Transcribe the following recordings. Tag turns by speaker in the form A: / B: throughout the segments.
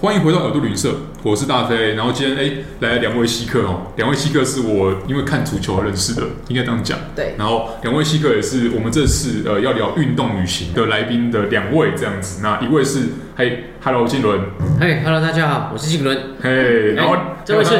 A: 欢迎回到耳朵旅社，我是大飞。然后今天哎来了两位稀客哦，两位稀客是我因为看足球认识的，应该这样讲。
B: 对
A: 然后两位稀客也是我们这次呃要聊运动旅行的来宾的两位这样子。那一位是嘿，Hello 金伦，
C: 嘿、h e l l o 大家好，我是纪伦。
A: 嘿，然后
C: 哎这位是，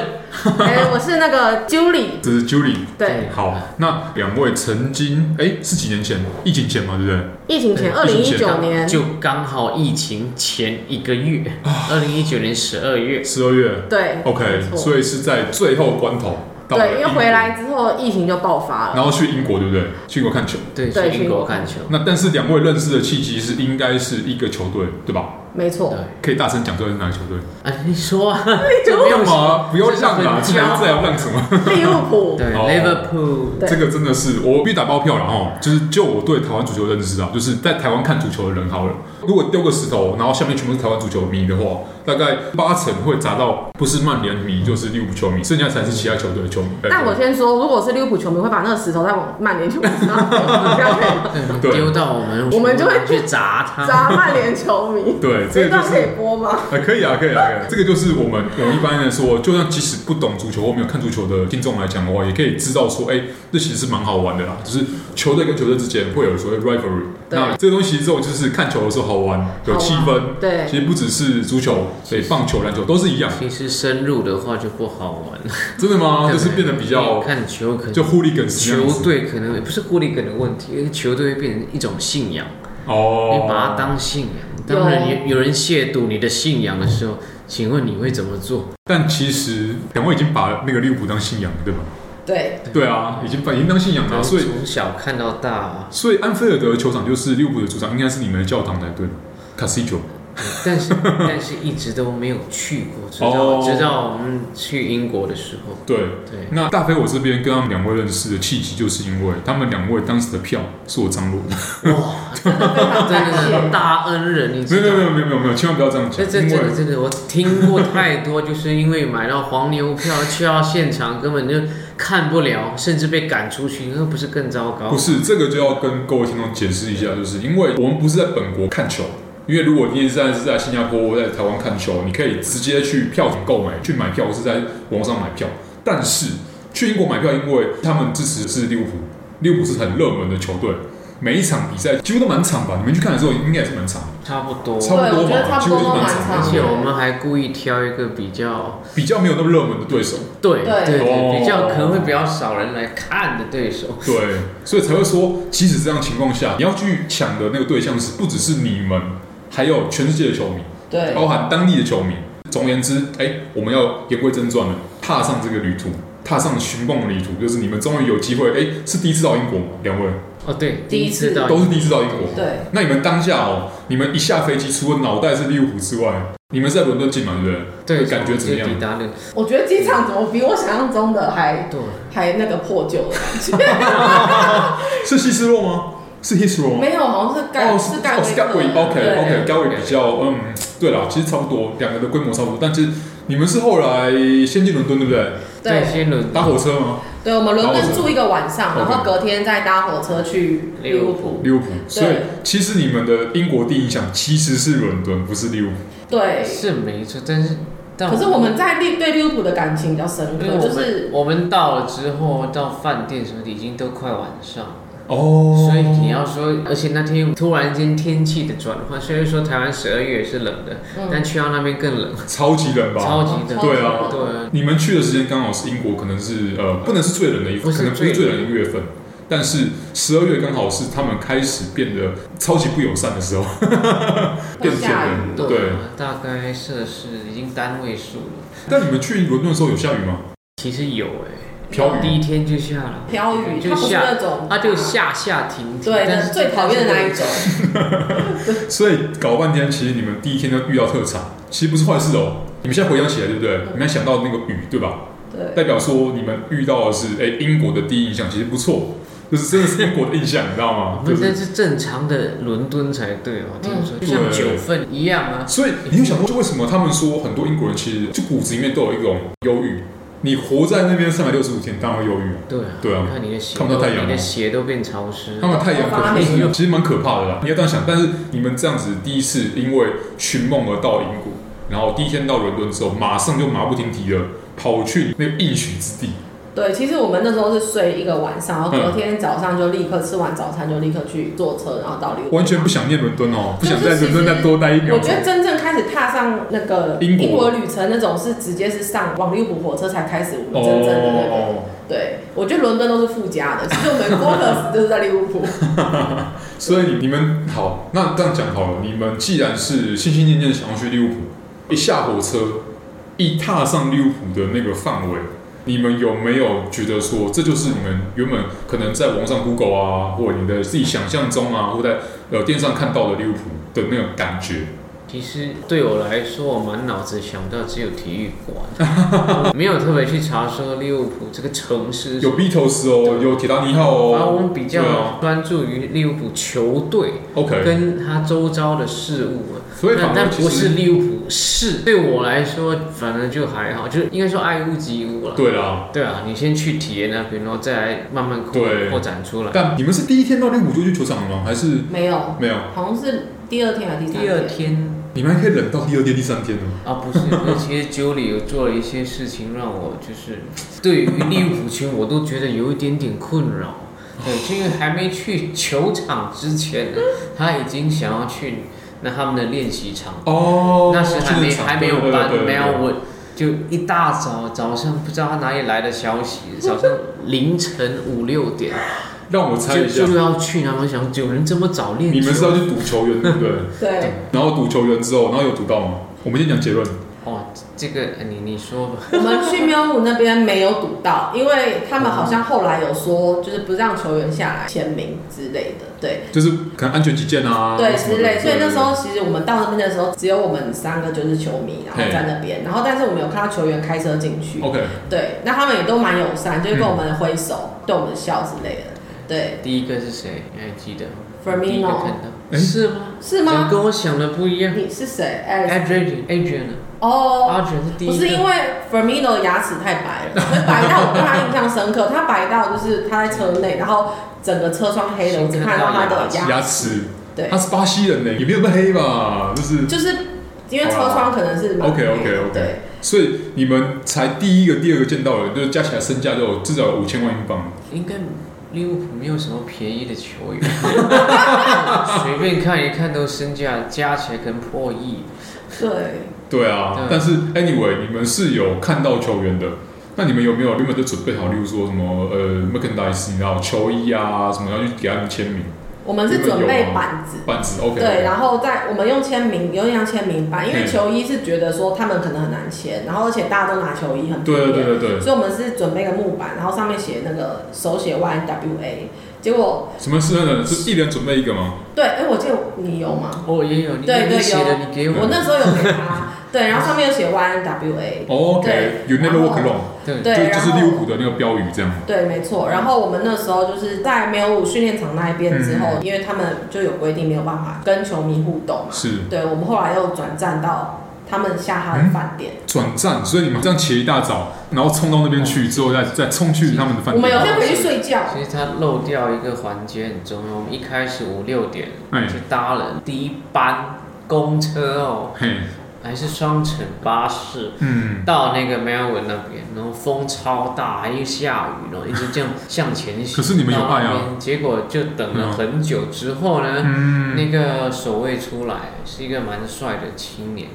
B: 哎、我是那个 Julie，
A: 这是 Julie。
B: 对，
A: 好，那两位曾经哎是几年前，疫情前嘛，对不对？
B: 疫情前二
A: 对
B: 零
A: 哎疫
B: 一
A: 情前
B: 九年，
C: 就刚好疫情前一个月，
A: 哦
C: 二零一九年十二月，
A: 十二月
B: 对没
A: ，OK，
B: 错
A: 所以是在最后关头到了
B: 对，因为
A: 英国
B: 回，来之后疫情就爆发了，
A: 然后去英国，对不对？去英国看球。
C: 对，
B: 对
C: 去英国看球，
A: 那但是两位认识的契机是应该是一个球队，对吧？
B: 没
C: 对
B: 错，
A: 可以大声讲出来是哪个球队？
C: 啊，你说啊，
B: 就
C: 没有
A: 干嘛？不要让啦，这
C: 这是
A: 个
C: 很
A: 这要让什么？
B: 利 物浦
C: 对、
A: 哦
C: l i v e r p o o l
B: 对
A: 这个真的是我必须打包票了哈。就是就我对台湾足球认知啊，就是在台湾看足球的人好了，如果丢个石头，然后下面全部是台湾足球迷的话，大概八成会砸到不是曼联迷就是利物浦球迷，剩下才是其他球队的球迷。
B: 但我先说，如果我是利物浦球迷，会把那个石头再往曼联球迷上丢，不要被
A: 对
C: 丢到我们，
B: 我们就会
C: 去砸它。
B: 砸曼联球迷。
A: 对这
B: 这
A: 个
B: 段
A: 就
B: 可
A: 是。
B: 以播吗？
A: 啊，可以啊，可以啊，可以啊。这个就是我们我们一般来说，就算即使不懂足球或没有看足球的听众来讲的话，也可以知道说，哎、这其实是蛮好玩的啦。就是球队跟球队之间会有所谓 rivalry，
B: 对
A: 那这个东西之后就是看球的时候好玩，有
B: 好
A: 气
B: 玩
A: 氛。
B: 对，
A: 其实不只是足球，所以棒球、篮球都是一样。
C: 其实深入的话就不好 玩了，
A: 真的吗？哦就是变得比
C: 因为
A: 较
C: 看球可能
A: 就 hooligans 那样
C: 球
A: 子
C: 队可能不是孤立感的问题，因为球队会变成一种信仰，你把它
A: 哦。
C: 当信仰。当然
B: 有
C: 有有人亵渎你的信仰的时候，请问你会怎么做？
A: 但其实两位已经把那个利物浦当信仰了，对吧？
B: 对，
A: 对啊，已经把已经当信仰了，所以
C: 从小看到大啊，
A: 所以安菲尔德球场就是利物浦的主场，应该是你们的教堂才对。卡西球。
C: 但是但是一直都没有去过，直到、
A: 哦
C: 直到我们去英国的时候，
A: 对，
C: 对，
A: 那大飞我这边跟他们两位认识的契机，就是因为他们两位当时的票是我张罗 的。
C: 哇，
B: 真的非常
C: 真
B: 感
C: 的
B: 谢
C: 是。大恩人，你
A: 没
C: 知
A: 有没
C: 道
A: 有没
C: 吗？
A: 有没有没有没有，千万不要这样
C: 这
A: 讲，
C: 这
A: 因
C: 真
A: 为
C: 的真的，我听过太多，就是因为买到黄牛票去到现场根本就看不了，甚至被赶出去，那不是更糟糕
A: 不？是这个就要跟各位听众解释一下，就是因为我们不是在本国看球。因为如果你现在是在新加坡或在台湾看球，你可以直接去票亭购买，去买票，或是在网上买票。但是去英国买票，因为他们支持的是利物浦，利物浦是很热门的球队，每一场比赛几乎都满场吧。你们去看的时候，应该也是满场，
C: 差不多。
A: 差不多
B: 我觉得
A: 嘛，
B: 差
A: 几
B: 不
A: 乎
B: 多
A: 都是满场，
B: 满
C: 而
B: 场
C: 且我们还故意挑一个比较
A: 比较没有那么热门的对手。
C: 对
B: 对
C: 对
A: 哦
C: 对，比较可能会比较少人来看的对手。
A: 对，所以才会说，即使这样情况下，你要去抢的那个对象是不只是你们，还有全世界的球迷，
B: 对，
A: 包含当地的球迷。总而言之，哎，我们要言归正传了，踏上这个旅途，踏上寻梦的旅途，就是你们终于有机会，哎，是第一次到英国吗？两位
C: 哦，对，
B: 第
C: 第
B: 一
C: 一
B: 次
C: 次到
A: 都是第一次到英国。
B: 对，
A: 那你们当下哦，你们一下飞机，除了脑袋是利物浦之外，你们是在伦敦进嘛，对不对？
C: 对，
A: 感觉怎么样
C: 就抵达了，
B: 我觉得机场怎么比我想象中的还
C: 对，
B: 还那个破旧的感觉？
A: 是希斯洛吗？是希斯洛吗？
B: 没有，好像是盖
A: 哦，
B: 是盖
A: 哦
B: 维
A: 是
B: 克
A: 盖维，OK
B: 对
A: OK，盖维比较，嗯，对啦，其实差不多，两个的规模差不多，但其实你们是后来先进伦敦，对不对？
C: 在
B: 对，
C: 先轮
A: 搭火车吗？
B: 对，我们伦
A: 然后
B: 敦
A: 是
B: 住一个晚上，然
A: OK
B: 后隔天再搭火车去利物浦。
A: 利物浦，所以其实你们的英国第一印象其实是伦敦，不是利物浦。
B: 对，
C: 是没错，但是但
B: 可是我们在利对利物浦的感情比较深
C: 因为
B: 刻，
C: 我
B: 就
C: 们
B: 是
C: 我们到了之后到饭店什么的已经都快晚上了，
A: 哦
C: 所以你要说，而且那天突然间天气的转换，虽然说台湾十二月也是冷的，
B: 嗯，
C: 但去到那边更冷，
A: 超级冷吧？
C: 超级冷。
A: 对啊
C: 对，
A: 你们去的时间刚好是英国，可能是呃，不能是最冷的一份，
C: 不是
A: 可能不是最
C: 最
A: 冷
C: 冷
A: 的一个月份。但是十二月刚好是他们开始变得超级不友善的时候，变天
B: 下
A: 冷
B: 雨。
A: 对，
C: 大概摄氏已经单位数了。
A: 但你们去伦敦的时候有下雨吗？
C: 其实有哎、
A: 飘雨
C: 第一天就下了，
B: 飘雨，
C: 就
B: 它不是
C: 下
B: 那种，
C: 它就下下停停，
B: 对，那
C: 但
B: 是
C: 是
B: 最讨厌的那一种。
A: 所以搞半天，其实你们第一天就遇到特产，其实不是坏事哦。你们现在回想起来，对不对？你们想到那个雨，对吧？
B: 对，
A: 代表说你们遇到的是，哎，英国的第一印象其实不错，就是真的是英国的印象，你知道吗
C: 我？
A: 就
C: 们
A: 是
C: 哦这，是正常的伦敦才对哦，听说
A: 嗯
C: 就像
A: 对
C: 九份一样啊。
A: 所以你有想过，就为什么他们说很多英国人其实就骨子里面都有一种忧郁？你活在那边三百六十五天，当然会忧郁啊。
C: 对啊，
A: 对啊
C: 你看你的鞋
A: 看不到
C: 都，
A: 太阳啊
C: 你的鞋都变潮湿
A: 他。们太阳可
B: 发
A: 能
B: 霉
A: 就是 其实蛮可怕的啦。你要这样想，但是你们这样子第一次因为寻梦而到英国，然后第一天到伦敦之后，马上就马不停蹄的跑去那个应许之地，
B: 对，其实我们那时候是睡一个晚上，然后隔天早上就立刻吃完早餐就立刻去坐车，然后到利物浦。
A: 完全不想念伦敦哦，不
B: 就是
A: 想在伦敦再多待一秒
B: 我
A: 钟
B: 觉。得真正开始踏上那个
A: 英国
B: 英国旅程那种，是直接是上往利物浦火车才开始我们真正的那个。
A: 哦
B: 对，我觉得伦敦都是附加的，其实我 们 focus 就是在利物浦。
A: 所以你们好，那这样讲好了，你们既然是心心念念想要去利物浦，一下火车，一踏上利物浦的那个范围，你们有没有觉得说，这就是你们原本可能在网上 Google 啊，或者你的自己想象中啊，或在呃电视上看到的利物浦的那种感觉？
C: 其实对我来说，我满脑子想到只有体育馆，我 没有特别去查说利物浦这个城市。
A: 有 Beatles 哦，有铁达尼号
C: 反而我
A: 哦
C: 们比
A: 对啊
C: 较专注于利物浦球队
A: ，OK，
C: 跟它周遭的事物啊，
A: 所以
C: 但
A: 反而
C: 但
A: 其
C: 不是
A: 实
C: 利物浦市。对我来说，反正就还好，就是应该说爱屋及乌了。
A: 对啦，
C: 对啊，你先去体验那边，然后再来慢慢扩
A: 对
C: 扩展出来。
A: 但你们是第一天到利物浦就去球场了吗？还是
B: 没有，
A: 没有？
B: 好像是第二天还是第三
C: 第二
B: 天？
C: 天
A: 你们还可以忍到第二天、第三天呢？
C: 啊，不是，不是，其实九里有做了一些事情，让我就是对于利物浦球，我都觉得有一点点困扰。对，这个还没去球场之前 呢，他已经想要去那他们的练习场，
A: 哦，
C: 那时还没
A: 就是场
C: 还没有
A: 对对
C: 搬
A: 对对
C: 没有我就一大早早上不知道他哪里来的消 息，早上凌晨五六点
A: 让我猜
C: 就
A: 一下，
C: 就要去，然后我想有人这么早练球，
A: 你们是要去赌球 员对不对？
B: 对，
A: 然后赌球员之后，然后有赌到吗？我们先讲结论。
C: 哦，这个呃你你说吧，
B: 我们去喵湖那边没有堵到，因为他们好像后来有说，就是不让球员下来签名之类的，对。
A: 就是可能安全起见啊，
B: 对
A: 什么
B: 之
A: 的
B: 类，所以那时候
A: 对
B: 其实我们到那边的时候，只有我们三个就是球迷，然后
A: 嘿哦
B: 在那边，然后但是我们有看到球员开车进去
A: 对，OK，
B: 对，那他们也都蛮友善，就是跟我们挥手、对我们笑之类的，对
C: 第一个是谁？你还记得吗？第一个
B: ，Fermino
C: 看
A: 诶
C: 到是吗？
B: 哦是
C: 怎么
B: 吗？
C: 跟我想的不一
A: 嗯
C: 样
B: 你是谁？哎，
C: ？Adrian Adrian
B: 哦，
C: Adrian 是第一
B: 不
C: 个，
B: 是因为 Fermino 的牙齿太白了，所以白到我对他印象深刻，他白到就是他在车内，然后整个车窗黑的，我只看到他的牙
A: 牙齿，
B: 对
A: 他，是巴西人呢，也没有那么黑吧，就是，
B: 就是因为车窗可能是蛮黑的
A: OK，OK，OK
B: 对，
A: 所以你们才第一个、第二个见到的，就是加起来身价就有至少有五千万英镑，
C: 应该利物浦没有什么便宜的 球员，随便看一看都身价加起来可能破亿。
B: 对。
A: 对啊。
C: 对
A: 但是 anyway，你们是有看到球员的，那你们有没有原本就准备好，例如说什么呃 merchandise，你知道球衣啊什么，要去给他们签名，
B: 我们是准备板子，
A: 板子 OK，
B: 对，然后在我们用签名，有点像签名板，因为
A: 嗯后
B: 球衣是觉得说他们可能很难签，然后而且大家都拿球衣很
A: 对
B: 便宜
A: 对对对对，
B: 所以我们是准备一个木板，然后上面写那个手写 YWA，结果
A: 什么事呢？是一人准备一个吗？
B: 对，哎、我记得你有吗？
C: 哦，也有，你
B: 对对
C: 你写的
B: 有
C: 你给
A: 嗯
B: 我
C: 我，
B: 那时候有给他，对，然后上面有写 YWA，
A: 哦
B: 对
A: OK，You never walk alone。
C: 对
B: 对
A: 就
B: 然
A: 就是
B: 后
A: 利物浦的那个标语这样。
B: 对，没错。然后我们那时候就是在没有训练场那一边之后，因为他们就有规定没有办法跟球迷互动嘛，
A: 是
B: 对我们后来又转战到他们下哈的饭店。
A: 转站，所以你们这样起一大早，然后冲到那边去，之后再再冲去他们的饭
B: 我们
A: 店
B: 有。天回去睡觉，
C: 其实它漏掉一个环节很重要。我们一开始五六点
A: 哎
C: 去搭了第一班公车哦，
A: 嘿，
C: 还是双层巴士，
A: 嗯，
C: 到那个 Melbourne 那边，然后风超大，还又下雨，然后一直这样向前行。
A: 可是你们有爱啊嗯
C: 到那边！结果就等了很久之后呢，那个守卫出来，是一个蛮帅的青年。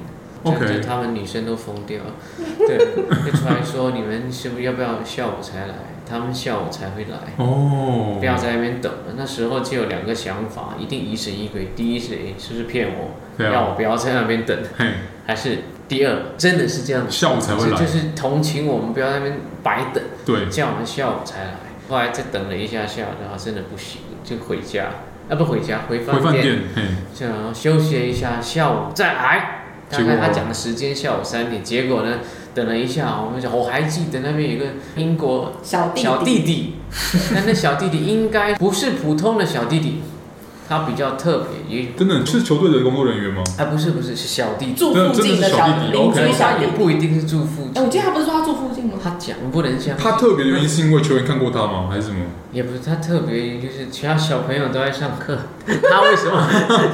A: OK
C: 真的他们女生都疯掉了，对，就出来说你们是不是要不要下午才来？他们下午才会来，
A: 哦
C: 不，要在那边等了。那时候就有两个想法，一定疑神疑鬼。第一是，诶，是不是骗我？
A: 对
C: 要
A: 啊，
C: 我不要在那边等。
A: 嘿，
C: 还是第二，真的是这样子，
A: 下午才会来
C: 是啊就是同情我们，不要在那边白等，
A: 对，
C: 叫我们下午才来。后来再等了一下下，然后真的不行，就回家，啊不回家，回
A: 回
C: 饭
A: 饭
C: 店，
A: 店，嘿，
C: 然后休息了一下，下午再来。大
A: 结果
C: 概他讲的时间下午三点，结果呢，等了一下，我们讲我还记得那边有个英国
B: 小弟
C: 小弟弟，但那小弟弟应该不是普通的小弟弟，他比较特别，也
A: 真的是球队的工作人员吗？
C: 啊不是不是是小弟，
B: 住
A: 真的
B: 附近
A: 真的
B: 的
A: 是小
B: 小
A: 弟弟
B: 邻居
A: OK
B: 小
C: 他
B: 弟
C: 也
B: 弟。
C: 不一定是住附
B: 哎，我
C: 近。
B: 记得他不是说他住附近吗？
C: 他讲不能相信，
A: 他特别的原因是因为球员看过他吗？还是什么？
C: 也不是他特别，就是其他小朋友都在上课，他为什么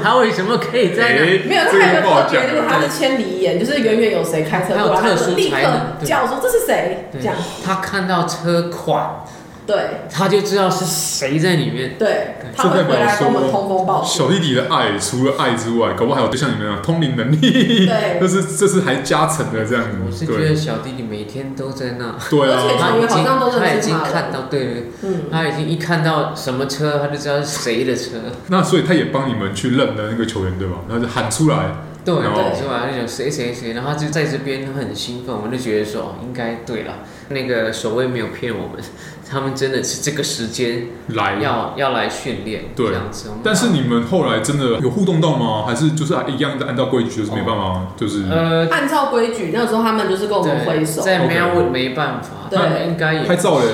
C: 他为什么可以在那？
B: 没有，
A: 这
B: 他
A: 个
B: 有
A: 不好
B: 特别，
A: 讲
B: 如果他是千里眼，就是远远有谁开车过来，
C: 还有
B: 他
C: 特殊
B: 就立刻
C: 才能对
B: 叫说这是谁，这
C: 对
B: 样，
C: 他看到车款，
B: 对
C: 他就知道是谁在里面。
B: 对
C: 对，
B: 他会回来跟我们通风报信。
A: 小弟弟的爱，除了爱之外，搞不好还有就像你们那样通灵能力，
B: 对
A: 就是这是还加成的这样
C: 我是
A: 子。
C: 觉得
A: 对
C: 小弟弟每天都在那，
A: 对啊
B: 而，且
C: 他已
B: 好
C: 经
B: 像都认识他了
C: 他已经看到，对对，
B: 嗯，
C: 他已经一看到什么车，他就知道是谁的车。
A: 那所以他也帮你们去认了那个球员对吧？然后就喊出来，
C: 对，
A: 然
B: 后
C: 对，是吧？那种谁谁谁，然后他就在这边他很兴奋，我就觉得说哦应该对了，那个守卫没有骗我们，他们真的是这个时间
A: 来
C: 要要来训练，
A: 对
C: 这样子。我们
A: 但是你们后来真的有互动到吗？还是就是啊一样的按照规矩，就是没办法，就是
C: 呃，
B: 按照规矩，那时候他们就是跟我们挥
C: 对
B: 手，
C: 在
A: OK
C: Melwood 没办法，
B: 对
C: 他们应该也
A: 拍照嘞，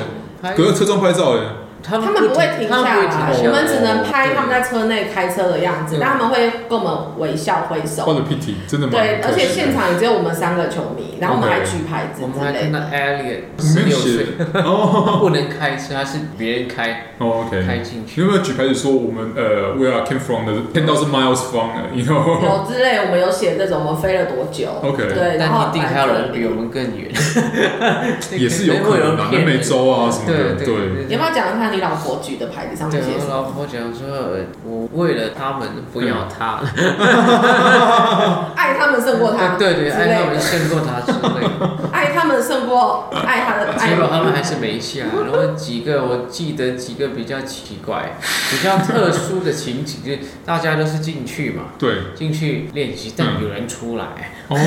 C: 拍
A: 隔着车窗拍照嘞。
C: 他
B: 他们不会停下
C: 他们不会
B: 来，
C: 停
B: 我
C: 下
B: 们只能拍
C: 对
B: 他们在车内开车的样子，
C: 对
B: 但他们会跟我们微笑挥
A: 或
B: 手。
A: 者 PT，真的吗？
B: 对，而且现场也只有我们三个球迷，然后我们
A: OK
B: 还举牌子
C: 我
B: 之
C: 们还
B: 类
C: 看到
B: 的。
C: Elliot
A: 没
C: 十
A: 有
C: 六
A: 写
C: 岁，
A: 哦。
C: 他不能开车，他是别人开
A: 哦
C: 开
A: OK，
C: 进去。
A: 你有没有举牌子说我们呃，We are came from the ten thousand miles from，you know？
B: 有之类，我们有写这种我们飞了多久
A: OK
B: 对，然后
C: 但一定还有人比我们更远，
A: 也是有可能的，南美洲啊什么
C: 对
A: 的，
C: 对
A: 对。
C: 对
B: 你要不要讲一下你老婆举的牌子上面
C: 对
B: 写
C: 我
B: 什么？
C: 老婆讲说，呃我为了他们不要他，
B: 爱他们胜过他，
C: 对对，
B: 之
C: 爱
B: 类
C: 他们
B: 的，
C: 胜过他之类的。
B: 爱他们胜过爱他的爱
C: 结果他们还是没下。然后几个我记得几个比较奇怪、比较特殊的情景，就是大家都是进去嘛，
A: 对，
C: 进去练习，但有人出来。
A: 哦，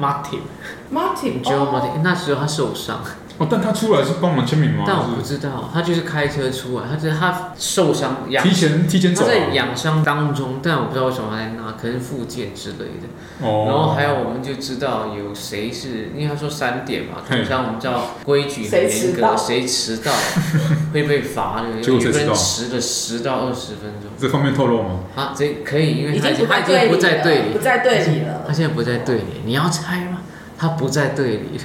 C: Martin，
B: Martin
C: 你知道
B: 哦
C: Martin 那时候他受伤，
A: 哦，但他出来是帮忙签名吗？
C: 但我不知道，他就是开车出来，他就是他受伤
A: 还
C: 养
A: 是提前提前
C: 他
A: 走啊
C: 在养伤当中，但我不知道为什么还在那，可能复健之类的。
A: 哦，
C: 然后还有我们就知道有谁是，因为他说三点嘛，
A: 嘿
C: 通常我们知道规矩很
B: 谁迟
C: 严格，
B: 到
C: 谁迟到 会被罚的。
A: 结果
C: 有
A: 谁
C: 的
A: 迟到
C: 人迟了十到二十分钟，
A: 这方面透露吗？
C: 啊，这可以，因为
B: 已
C: 他
B: 经不
C: 他
B: 在
C: 已
B: 队
C: 经不在队
B: 里了，
C: 里
B: 不，在队里了
C: 他。现在不在队里，你要猜吗？他不在队里，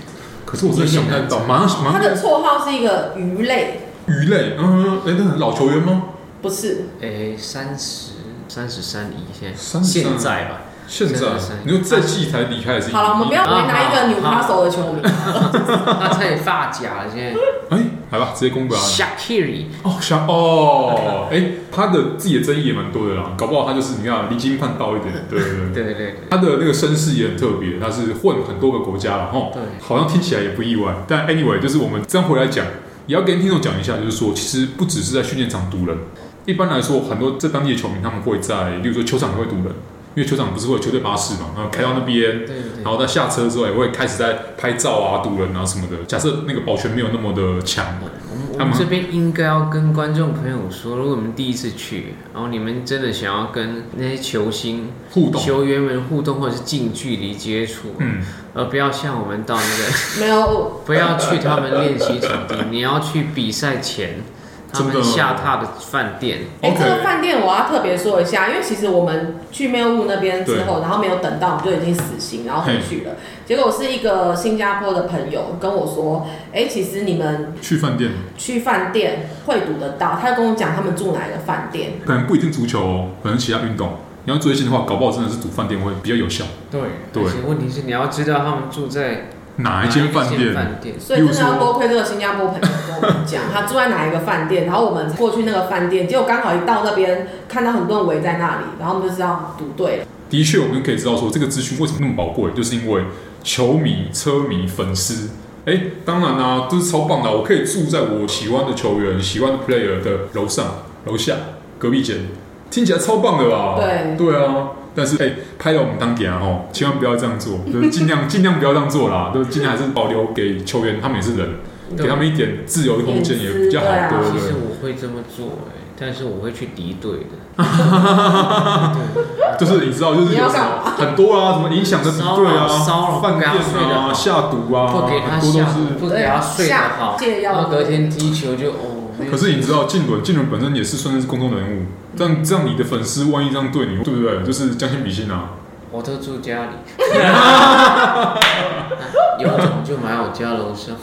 A: 可是我真的想不太到，马上
B: 他
A: 马
B: 的
A: 上
B: 绰号是一个鱼类，
A: 鱼类，嗯，哎，那老球员吗？
B: 不是
C: 诶，三十三十三以现在
A: 33
C: 现在吧，
A: 现
C: 真
A: 在啊
C: 的是
A: 你说这季才离开还是？
B: 好了，我们不要为难一个
C: 啊
B: 纽卡手的球迷。
C: 他才发甲了， 现在
A: 哎，来吧，直接公布答案。
C: Shakiri
A: 哦，想哦，哎，他的自己的争议也蛮多的啦，搞不好他就是你看离经叛道一点，对对对。
C: 对对对。
A: 他的那个身世也很特别，他是混很多个国家了哈，吼
C: 对
A: 好像听起来也不意外。但 anyway，就是我们这样回来讲，也要跟听众讲一下，就是说，其实不只是在训练场堵人，一般来说，很多在当地的球迷他们会在，例如说球场也会堵人，因为球场不是会有球队巴士嘛，然后开到那边，
C: 对对
A: 然后在下车之后也会开始在拍照啊、堵人啊什么的。假设那个保全没有那么的强，
C: 我
A: 他
C: 们
A: 们
C: 这边应该要跟观众朋友说，如果你们第一次去，然后你们真的想要跟那些球星、
A: 互动，
C: 球员们互动或者是近距离接触，
A: 嗯，
C: 而不要像我们到那个，
B: 没有，
C: 不要去他们练习场地，你要去比赛前他
A: 真
C: 们
A: 的
C: 下榻的饭店。
B: 哎，这
A: OK
B: 个饭店我要特别说一下，因为其实我们去谬误那边之后，然后没有等到，我们就已经死心，然后回去了。结果是一个新加坡的朋友跟我说，哎，其实你们
A: 去饭店
B: 去饭店会堵得到。他跟我讲他们住哪一个饭店，
A: 可能不一定足球、哦，可能其他运动，你要追星的话，搞不好真的是堵饭店会比较有效。
C: 对，
A: 对
C: 而且问题是你要知道他们住在
A: 哪一间饭店？
C: 饭店
B: 所以真的要多亏这个新加坡朋友跟我们讲，他住在哪一个饭店，然后我们过去那个饭店，结果刚好一到那边，看到很多人围在那里，然后我们就知道赌对了。
A: 的确，我们可以知道说这个资讯为什么那么宝贵，就是因为球迷、车迷、粉丝。哎、当然啦、这是超棒的啊、我可以住在我喜欢的球员、喜欢的 player 的楼上、楼下、隔壁间，听起来超棒的吧？
B: 对
A: 对啊。但是哎、拍了我们当点啊哦，千万不要这样做，就是尽 量尽量不要这样做啦，就是尽量还是保留给球员，他们也是人，给他们一点自由的空间也比较好，
B: 隐私对啊
A: 对不
C: 其
A: 对
C: 实？我会这么做、哎，但是我会去敌对的，
A: 就是你知道，就是
B: 你
A: 有
B: 要
A: 什
B: 干
A: 么很多啊，什么影响的敌对啊，
C: 骚扰
A: 饭店
C: 不要睡得
A: 啊，
C: 好
A: 下毒啊，
C: 不给他
A: 很多都
C: 下，
A: 是。
C: 不给他睡得好，
B: 对下戒药
C: 然后隔天踢球就哦。没有
A: 可是你知道，静伦，静伦本身也是算是公众人物，这样这样你的粉丝万一这样对你，对不对？就是将心比心啊。
C: 我都住家里， 啊有种就买我家楼上。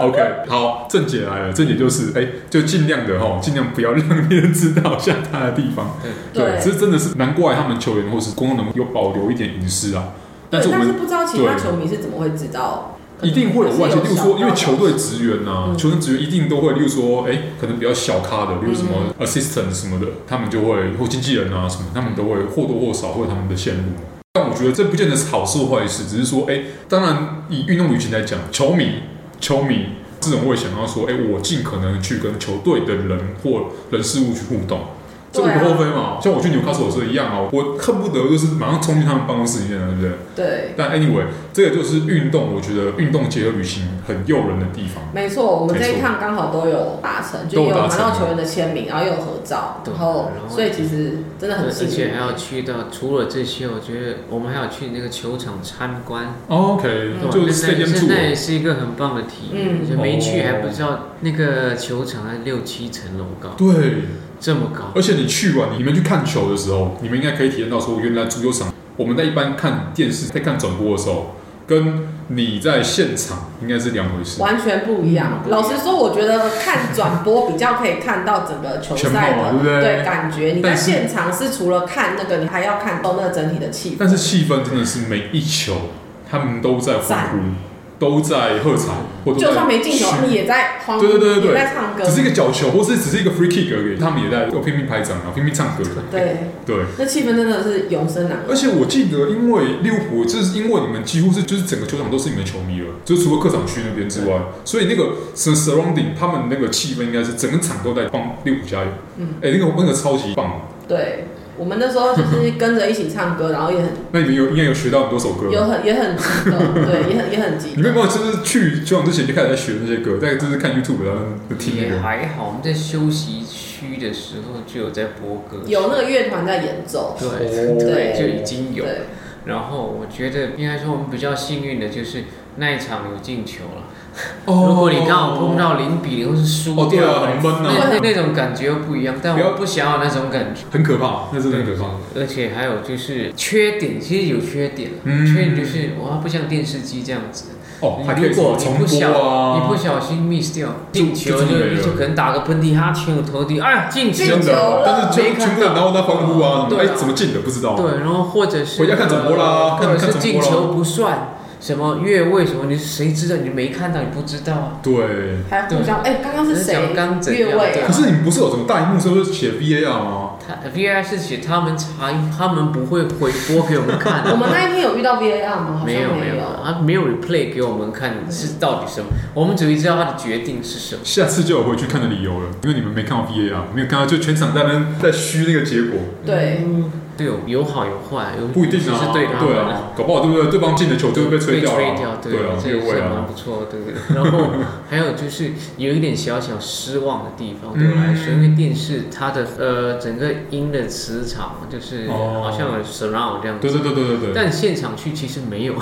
A: OK，好，正解来了，正解就是，哎、就尽量的哈，尽量不要让别人知道下他的地方。对，
B: 对
A: 这真的是难怪他们球员或是公众人物有保留一点隐私啊。但是我
B: 但是
A: 们
B: 不知道其他
A: 对
B: 球迷是怎么会知道，可
A: 一
B: 能
A: 定会有外界，
B: 还
A: 例
B: 是
A: 如
B: 小
A: 说，因为
B: 道
A: 球队职员呐、
B: 嗯
A: 球队职员一定都会，例如说，哎、可能比较小咖的，例如什么
B: 嗯
A: assistant 什么的，他们就会或经纪人啊什么，他们都会或多或少会有他们的线路。但我觉得这不见得是好事或坏事，只是说，哎、当然以运动旅行来讲，球迷、球迷这种会想要说，哎、我尽可能去跟球队的人或人事物去互动。这无
B: 对啊
A: 可厚非嘛，像我去纽卡斯尔是一样啊，我恨不得就是马上冲进他们办公室里面啊，对不对？
B: 对，
A: 但 anyway，这个就是运动，我觉得运动结合旅行很诱人的地方。
B: 没错，我们这
A: 没
B: 一
A: 错
B: 趟刚好都有达成，就
A: 都有
B: 也有
A: 达
B: 拿
A: 成
B: 到球员的签名，然后也有合照，
C: 对
B: 然后
C: 然后
B: 所以其实真的
C: 而
B: 很
C: 而
B: 幸
C: 且
B: 运
C: 还。要去到，除了这些，我觉得我们还要去那个球场参观，
A: 哦 OK，、
B: 嗯
A: 就是 stay
C: 那
A: 啊
C: 那
A: game
C: 是
A: two，
C: 那也是一个很棒的体验。
B: 嗯
C: 就没去
A: 哦
C: 还不知道那个球场在六七层楼高，
A: 对，
C: 这么高。
A: 而且你去完，你们去看球的时候，你们应该可以体验到说，原来足球场，我们在一般看电视、在看转播的时候，跟你在现场应该是两回事。
B: 完全不一样
C: 嗯。不一
B: 老
C: 样
B: 实说，我觉得看转播比较可以看到整个球赛
A: 全貌
B: 的
A: 对不对
B: 感觉。你在
A: 但是
B: 现场是除了看那个，你还要看到那个整体的气氛
A: 但。是气氛真的是每一球，他们都在欢呼，都在喝彩，或者
B: 就算没进球，你也在欢呼，
A: 对对对对对
B: 也在唱歌
A: 只。是一个角球，或是只是一个 free kick 而已，他们也在拼命拍掌啊，拼命唱歌。
B: 对，
A: 对。
B: 那气氛真的是永生难
A: 而
B: 忘。
A: 且我记得，因为利物浦，这是因为你们几乎是就是整个球场都是你们的球迷了，就是除了客场区那边之外，
C: 嗯
A: 所以那个 sur- surrounding 他们那个气氛应该是整个场都在帮利物浦加油。
B: 嗯，
A: 哎、那个那个超级棒，
B: 对，我们那时候就是跟着一起唱歌，然后也 很
A: 那你们有应该有学到很多首歌
B: 有
A: 吧。
B: 很也很激动，对，也很也很激
A: 你们有没
B: 动。
A: 有就是去球场之前就开始在学那些歌，在就是看 YouTube 然后听那
C: 也
A: 个？
C: 还好，我们在休息区的时候就有在播歌，
B: 有那个哦乐团在演奏，
C: 对，
B: 对
C: 就已经有。
B: 对，
C: 然后我觉得应该说我们比较幸运的就是那一场有进球了。
A: 哦
C: 如果你刚好碰到零比零或是输
A: 哦，对
C: 掉
A: 啊，
C: 了，
A: 很闷
C: 那
A: 啊，
C: 那种感觉又不一样，但
A: 不要
C: 我不想要那种感觉。
A: 很可怕，那真的很可怕。
C: 而且还有就是缺点，其实有缺点，
A: 嗯
C: 缺点就是哇，不像电视机这样子，
A: 哦，还可
C: 你
A: 以
C: 如
A: 什么
C: 果你
A: 重
C: 不
A: 播
C: 小、
A: 啊，
C: 你不小心 miss 掉
A: 就
C: 进球
A: 就
C: 就，
A: 真的没
C: 就
A: 了
C: 可能打个喷嚏、哈欠、我头低，哎，进球
A: 真
B: 进球
A: 的啊
B: 了，
A: 但是
C: 没
A: 全
C: 看
A: 全
C: 到
A: 部人然后在欢呼啊，什么
C: 对
A: 哎、
C: 啊
A: 怎么进的不知道。
C: 对，然后或者是
A: 回
C: 呃
A: 家看转播啦
C: 或者
A: 看看
C: 是
A: 转播啦
C: 进球不算，什么越位什么，你谁知道？你没看到，你不知道啊。
A: 对，
B: 还互相哎，刚刚是谁
C: 讲刚怎样
B: 越位
C: 对
B: 啊
A: 可？是你们不是有什么大荧幕上面写 VAR 吗？
C: 他 VR 是写他们查，他们不会回播给我们看
B: 我们那一天有遇到 VAR 吗？好像
C: 没有没
B: 有
C: 有，。他没有 replay 给我们看是到底什么，我们只会知道他的决定是什么。
A: 下次就有回去看的理由了，因为你们没看到 VAR，没有看到就全场在那在虚那个结果，
B: 对，
C: 嗯，对，有有好有坏，有
A: 不一定啊，
C: 是对他们的。
A: 啊，搞不好对不对？对方进的球就会被吹掉
C: 被吹
A: 了，
C: 掉，对，
A: 对啊，
C: 这
A: 越
C: 也
A: 位
C: 是
A: 啊
C: 蛮，不错的，对对。然后还有就是有一点小小失望的地方，对我来说，因
A: 嗯
C: 为电视它的呃整个音的磁场就是
A: 哦
C: 好像有 surround 这样
A: 对
C: 子，
A: 对对对对对，
C: 但现场去其实没有。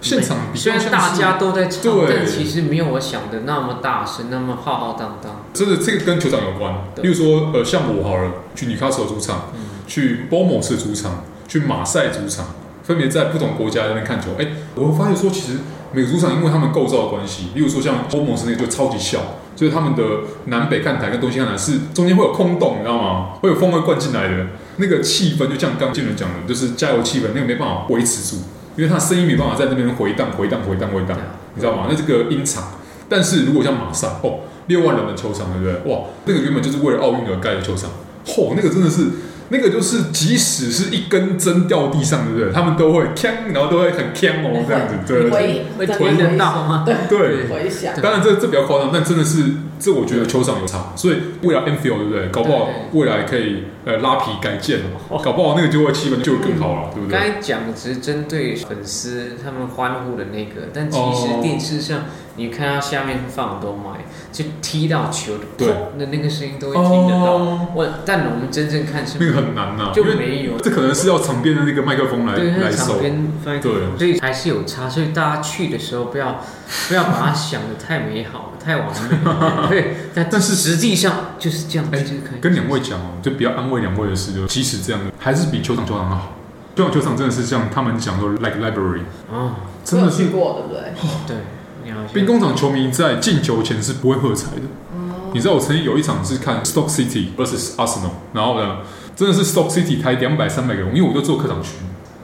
A: 现场比
C: 虽
A: 较
C: 然
A: 像
C: 大
A: 是
C: 家都在唱
A: 对，
C: 但其实没有我想的那么大声，那么浩浩荡荡。
A: 这个这个跟球场有关，
C: 对嗯
A: 例如说呃，像我好了，去纽卡斯尔主场，去波某市主场，去马赛主场，分别在不同国家那边看球。哎，我会发现说，其实每个主场因为他们构造的关系，例如说像波某市那个就超级小，就是他们的南北看台跟东西看台是中间会有空洞，你知道吗？会有风会灌进来的，那个气氛就像刚进人讲的，就是加油气氛，那个没办法维持住，因为它声音没办法在那边回荡、回荡、回荡、回荡
C: 对啊，
A: 你知道吗？那这个音场。但是如果像马赛哦，六万人的球场，对不对？哇，那个原本就是为了奥运而盖的球场，嚯、那个真的是，那个就是即使是一根针掉地上，对不对？他们都会锵，然后都会很锵哦， 这样子，对
B: 回
C: 会听得到吗？
A: 对。
B: 回响。
A: 当然这这比较夸张，但真的是这我觉得球场有差，所以未来 Enfield 对不对？搞不好未来可以呃拉皮改建，
C: 哦
A: 搞不好那个就会气氛就更好了，对不
C: 刚
A: 对？
C: 才讲只是针对粉丝他们欢呼的那个，但其实
A: 哦
C: 电视上你看到下面放很多麦，就踢到球的
A: 对
C: 砰的那个声音都会听得到。
A: 哦
C: 我但我们真正看是
A: 那个很难呐，
C: 就
A: 因为
C: 没有，
A: 这可能是要场边的那个麦克风来
C: 对，那
A: 来
C: 场
A: 收。
C: 边翻
A: 对
C: 所以还是有差。所以大家去的时候不要 不要把它想的太美好了，太完美了。对，但
A: 但是
C: 实际上就是这样，
A: 哎
C: 就是看
A: 跟两位讲哦，就比较安慰两位的是，就即使这样的，还是比球场球场要好。球场球场真的是像他们讲的 like library，
C: 啊，
A: 真的
B: 我有
A: 是
B: 去过，对不对？
C: 对，你好像
A: 兵工厂球迷在进球前是不会喝彩的。
C: 哦
A: 你知道我曾经有一场是看 Stock City vs Arsenal，然后呢，真的是 Stock City 才两百三百个人，因为我都坐客场区，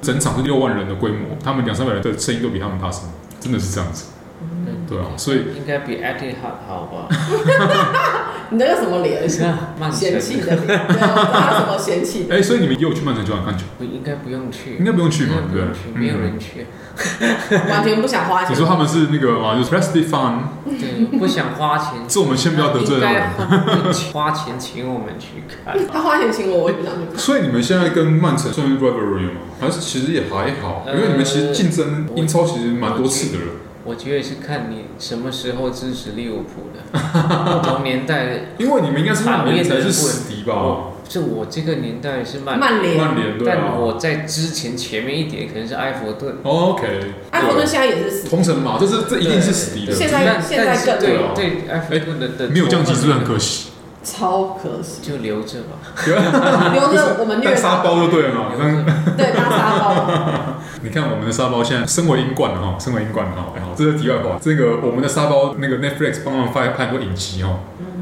A: 整场是六万人的规模，他们两三百人的声音都比他们大声，真的是这样子。对啊，所以
C: 应该比 Etihad 好吧？啊
B: 你那个什么脸？
C: 你看 曼
B: 嫌
C: 城
B: 弃的脸，对啊他什么嫌弃 的？
A: 哎、所以你们也有去曼城球场看球，
C: 不应该不用去，
A: 应该不用去嘛
C: 应该不用
A: 对
C: 去
A: 不对
C: 嗯没有人去，
B: 完全不想花钱。
A: 你说他们是那个啊嘛，就是 Resty Fun，
C: 对，不想花钱。
A: 嗯 这我们先不要得罪
C: 应
A: 到人
C: 该。花花钱请我们去 看。
B: 他花钱请我，我也不想 去看。
A: 所以你们现在跟曼城算是 rivalry 吗？还是其实也还好，
C: 呃
A: 因为你们其实竞争英超其实蛮多次的了。
C: 我觉得是看你什么时候支持利物 浦的，不同年代的
A: 因为你们应该是曼联才是死敌吧？
C: 我是我这个年代是曼，
B: 曼联，
A: 曼联对
C: 但
A: 啊。哦
C: 我在之前前面一点可能是埃弗顿，
A: OK，
B: 埃弗顿啊现在也是死，
A: 同城嘛，这是这一定是死敌
C: 对
A: 的。
B: 现在
C: 但
B: 现在
C: 但是
B: 更
A: 对
C: 对
A: 啊
C: 对埃弗顿的的
A: 没有降级是不是很
C: 惜？
A: 可惜？
B: 超可惜。
C: 就留着吧，
B: 留着我们虐
A: 但沙
B: 他，
A: 包就对了嘛。但
C: 留着
B: 对，当沙 包。
A: 你看我们的沙包现在身为英冠哈，身为英冠哈，哎好，这是题外话。这个我们的沙包那个 Netflix 帮忙拍拍很多影集哈，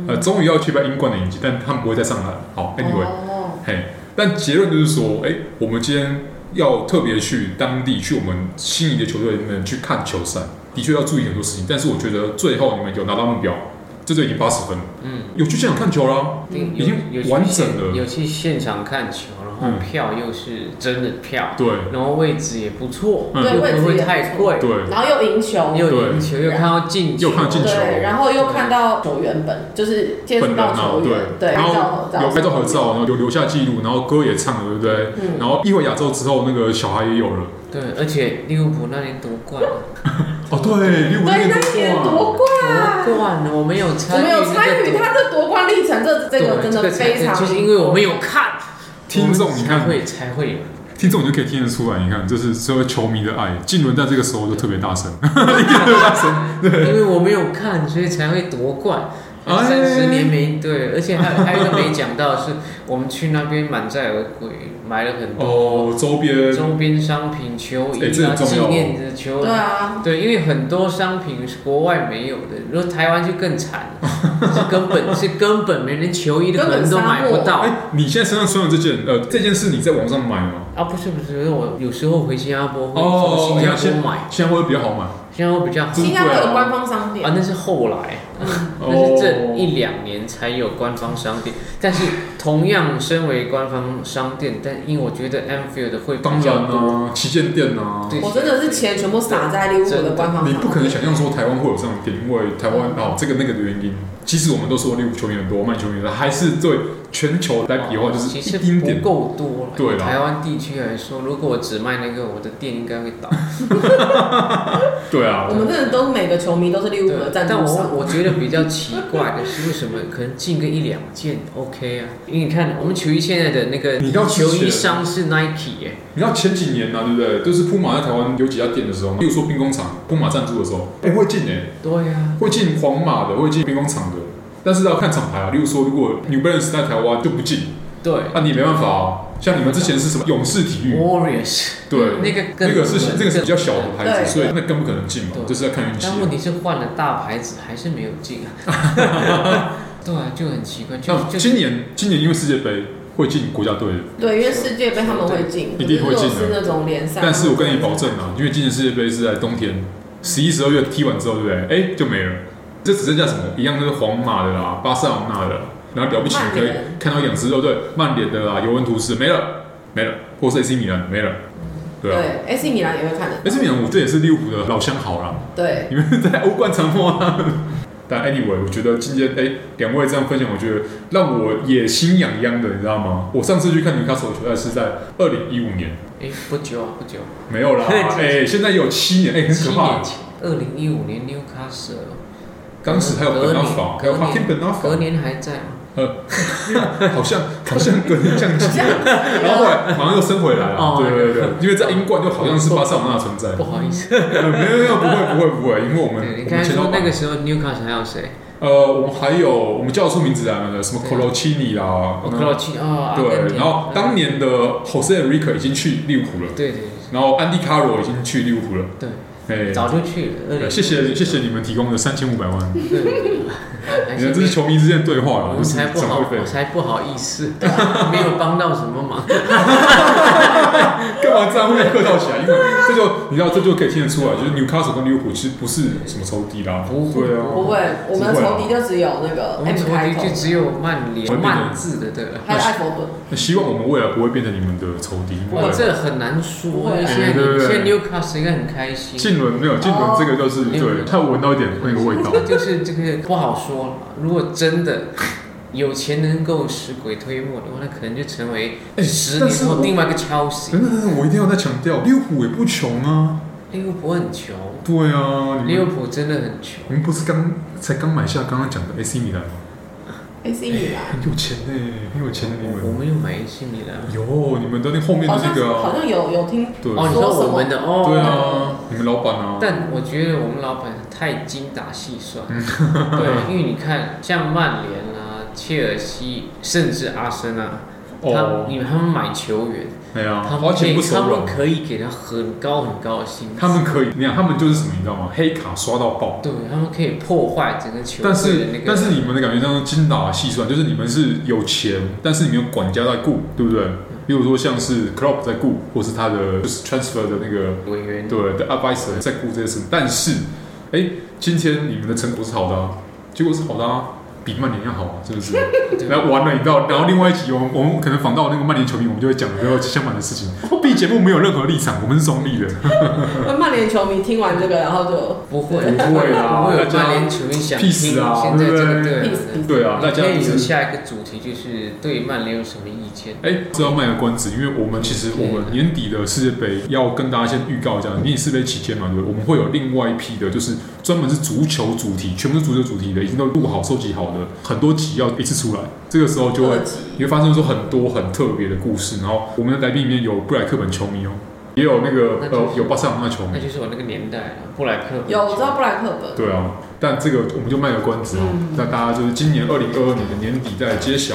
A: 呃，终于要去拍英冠的影集，但他们不会再上来了。好，Anyway，
B: 哦，
A: 嘿，但结论就是说，哎、我们今天要特别去当地，去我们心仪的球队里面去看球赛，的确要注意很多事情。但是我觉得最后你们有拿到目标，这就已经八十分了。
C: 嗯，
A: 有去现场看球啦，
C: 定
A: 已经
C: 有有去
A: 完整了
C: 现有去现场看球，然后
A: 嗯
C: 票又是真的票，
A: 对
C: 然后位置也不错，
A: 嗯
C: 也
B: 对
C: 不
B: 位置
C: 会
B: 也不
C: 太贵，
A: 对，
B: 然后又赢球，
C: 又赢球又看到进球，
A: 又看到进球
B: 对，然后又看到球员本，就是接触
A: 本人
B: 到
A: 啊
B: 球，员，对，
A: 然
B: 拍照
A: 后
B: 合照，
A: 有拍照合照，然后有留下记录，然后歌也唱了，对不对？
B: 嗯
A: 然后一回亚洲之后，那个小孩也有了。
C: 对，而且利物浦那年夺冠了，
A: 哦，对，六五
B: 对，
A: 年
B: 那一年
A: 多
B: 夺冠，啊
C: 夺冠了，我们有
B: 我
C: 参与
B: 们
C: 那个
B: 有
C: 夺，
B: 参与他的夺冠历程，这这个
C: 对
B: 真的
C: 这个才
B: 非常，
C: 就是因为我们有看
A: 听众
C: 我们
A: 你看
C: 才会才 会有。
A: 听众你就可以听得出来，你看，这是这位球迷的爱。进轮在这个时候就特别大声，
C: 因为我没有看，所以才会夺冠。
A: 哎
C: 三十年没对，而且还有还有一个没讲到是，我们去那边满载而归，买了很多
A: 哦，周边
C: 周边商品、球
A: 哎
C: 衣
A: 这
C: 啊、
A: 很重
C: 纪
A: 要哦
C: 念的球
B: 对
C: 衣。
B: 啊，
C: 对，因为很多商品是国外没有的，如果台湾就更惨 了，是根本是根本没人球衣的
B: 根本
C: 可能都买不到
A: 哎、。你现在身上穿的这件，呃，这件是你在网上买吗？
C: 啊，不是不是，我有时候回新加坡会
A: 哦
C: 从新加
A: 哎
C: 坡买，
A: 现在会比较好买。
C: 新加坡比较好。
A: 啊
B: 新加坡有官方商店嗯
C: 啊，，那是后来，那
A: 哦
C: 是这一两年才有官方商店。但是同样身为官方商店，但因为我觉得 Anfield 会
A: 当
C: 比较
A: 然
C: 多，
A: 啦、旗舰店啊，
C: 对
B: 我真的是钱全部撒在利物浦的官方
A: 你不可
B: 商
A: 能
B: 店。
A: 想象说台湾会有这样的店，因为台湾啊、这个那个的原因。其实我们都说利物浦球员很多，曼球员多，还是对全球来比的话，就是
C: 其实
A: 一丁
C: 不
A: 点。
C: 够多了。
A: 对啦
C: 以台湾地区来说，如果我只卖那个，我的店应该会倒。
A: 对啊
B: 我，们真的都每个球迷都是利物浦
C: 对
B: 的，赞
C: 但
B: 助
C: 我
B: 商，
C: 我觉得比较奇怪的是，为什么可能进个一两 件 OK 啊？因为你看我们球衣现在的那个
A: 你到之前
C: 球衣商是 Nike 耶、
A: 你知道前几年呢、啊，对不对？就是铺马在台湾有几家店的时候，比如说兵工厂铺马赞助的时候，哎、会进哎、
C: 对呀、啊。
A: 会进皇马的，会进兵工厂的。但是要看厂牌啊，例如说，如果 New Balance 在台湾就不进，
C: 对
A: 那、你没办法啊。像你们之前是什么勇士体育，
C: ，Warriors，
A: 嗯对
C: 那个更
A: 那个是那个是比较小的牌
B: 对
A: 子，所以那更不可能进嘛，
C: 对
A: 就是要看运气啊。
C: 但问题是换了大牌子还是没有进啊。 对啊， 就很奇怪，就
A: 那
C: 就
A: 今年今年因为世界杯会进国家队的，
B: 对，因为世界杯他们会进，
A: 一定会进的
B: 可是如果是那种联赛。
A: 但是我跟你保证啊，因为今年世界杯是在冬天，十一、十二月踢完之后，对不对？哎，就没了，这只剩下什么？一样就是皇马的啦，巴塞罗那的啦，然后了不起
B: 曼
A: 可以
B: 联
A: 看到两支球队，曼联的啦，尤文图斯没了，没了，或是 AC 米兰没了，对啊。哎
B: 对，AC 米兰也会看的，
A: AC 米兰，我这也是利物浦的老相好啦，
B: 对，
A: 你们在欧冠常碰到他们。但 anyway，我觉得今天哎，两位这样分享，我觉得让我也心痒痒的，你知道吗？我上次去看纽卡斯尔球赛是在二零一五年，
C: 哎，不久啊，不久，
A: 没有啦，哎，现在有七年，哎，很
C: 七
A: 可怕
C: 年。前，二零一五年 Newcastle，
A: 当时还有
C: 隔
A: Ben
C: 年
A: Affa，还有 Hakim Ben
C: 隔
A: Affa，
C: 年还在吗？
A: 好像好像隔天降级
B: 这样
A: 了，然后后来马上又升回来了
C: 哦。
A: 对对对，因为在英冠就好像是巴塞罗那存在。
C: 不好意思，
A: 呃没有没有，不会不会不会，因为我们
C: 对你
A: 我
C: 刚才
A: 们前
C: 说
A: 老
C: 那
A: 板
C: 个时候 Newcastle 还有谁？
A: 呃，我们还有我们叫得出名字来的什么
C: 对
A: Colocini 啦，
C: 嗯哦，克劳奇哦，阿根
A: 对，
C: 廷
A: 然后当年的 Jose Enrique 已经去利物浦了，
C: 对对
A: 然后安迪卡罗已经去利物浦了，
C: 对
A: 哎
C: 对，早就去了，
A: 对，谢谢谢谢你们提供的三千五百万，
C: 对对对， 还
A: 你看
C: 是
A: 这是球迷之间的对话
C: 我
A: 了，
C: 们
A: 就是
C: 才不
A: 转
C: 好，
A: 会费
C: 我，才不好意思， 没有帮到什 么忙。
A: 干嘛这样会客套起来？因为
C: 啊
A: 这就你知道，这就可以听得出来，就是 Newcastle 跟利物浦其实不是什么仇敌啦，
C: 不会
A: 对啊，
B: 不会，我们的仇敌就只有那个
C: 我们
B: M
C: 球
B: 开
C: 敌
B: 头
C: 就，只有曼联、
A: 我们
C: 曼字的，对吧？
B: 还有
A: 哦
B: 艾佛顿。
A: 那希望我们未来不会变成你们的仇敌，因
C: 哇，
A: 为
C: 这很难说
B: 不。会啊
C: 现在
A: 对对对
C: 现在 Newcastle 应该很开心，
A: 进轮没有进轮
B: 哦
A: 这个就是对，他闻到一点那个味道，
C: 就是这个不好说了。如果真的有钱能够使鬼推磨的话，那可 能就成为
A: 哎
C: 十
A: 但
C: 年
A: 是
C: 后
A: 我
C: 另外一个
A: 等
C: Chelsea。哎
A: 等等等，我一定要再强调，利物浦也不穷啊，
C: 利物浦很穷，
A: 对啊，你
C: 利
A: 们
C: 物浦真的很穷。
A: 我们不是刚才刚买下刚刚讲的 AC 米兰吗？
B: AC 哎米兰
A: 很有钱呢、很有钱的你
C: 我
A: 们。
C: 们又买一些米兰。
A: 有，你们的那后面
B: 好
A: 的那
B: 像是
A: 个
B: 好
A: 啊，
B: 像有有听
A: 对，
C: 哦，你
B: 说
C: 说我们的哦，
A: 对啊，你们老板啊，
C: 但我觉得我们老板太精打细算，
A: 嗯
C: 对，因为你看，像曼联啊、切尔西，甚至阿森纳，他
A: 哦，
C: 你们他们买球员，
A: 哎呀，
C: 他
A: 花
C: 们可
A: 钱
C: 以
A: 不
C: 他
A: 手
C: 们
A: 软，
C: 可以给他很高很高的薪资，
A: 他们可以，你看他们就是什么，你知道吗？黑卡刷到爆。
C: 对他们可以破坏整个球
A: 但
C: 队的
A: 是
C: 那个，
A: 但是你们的感觉像精打细算，就是你们是有钱，但是你们有管家在顾，对不对？比如说像是 Klopp 在顾，或是他的就是 transfer 的那个
C: 委员
A: 对的 advisor 在顾这些事情，但是，哎，今天你们的成果是好的、啊，结果是好的、啊，比曼联要好啊，是不是？然后完了，你知道，然后另外一集我们我们可能访到那个曼联球迷，我们就会讲比较相反的事情。B 节目没有任何立场，我们是中立的，嗯
B: 那曼联球迷听完这个，然后就
C: 不会啊
A: 不会啦
C: 不会有
A: 大家
C: 曼联球迷想
A: 屁
C: 听
A: 事啊
C: 现在这
A: 对
C: 个
A: 不对
C: 对
B: 屁事
A: 对啊，大家
C: 可以
A: 就
C: 有
A: 是
C: 下一个主题就是对曼联有什么意见？
A: 哎，这要卖个关子，因为我们其实我们年底的世界杯要跟大家先预告一下，年底世界杯期间嘛，对不对，我们会有另外一批的，就是专门是足球主题，全部是足球主题的，已经都录好、收集好的，很多集要一次出来，这个时候就会
B: 特辑
A: 你会发现说很多很特别的故事。然后我们的来宾里面有布莱克本球迷哦，也有那个
C: 那就是
A: 呃有巴塞罗那球迷
C: 那，就是我那个年代了，布莱克
B: 有我知道布莱克本，
A: 对啊，但这个我们就卖个关子哦。
B: 嗯
A: 那大家就是今年二零二二年的年底再来揭晓。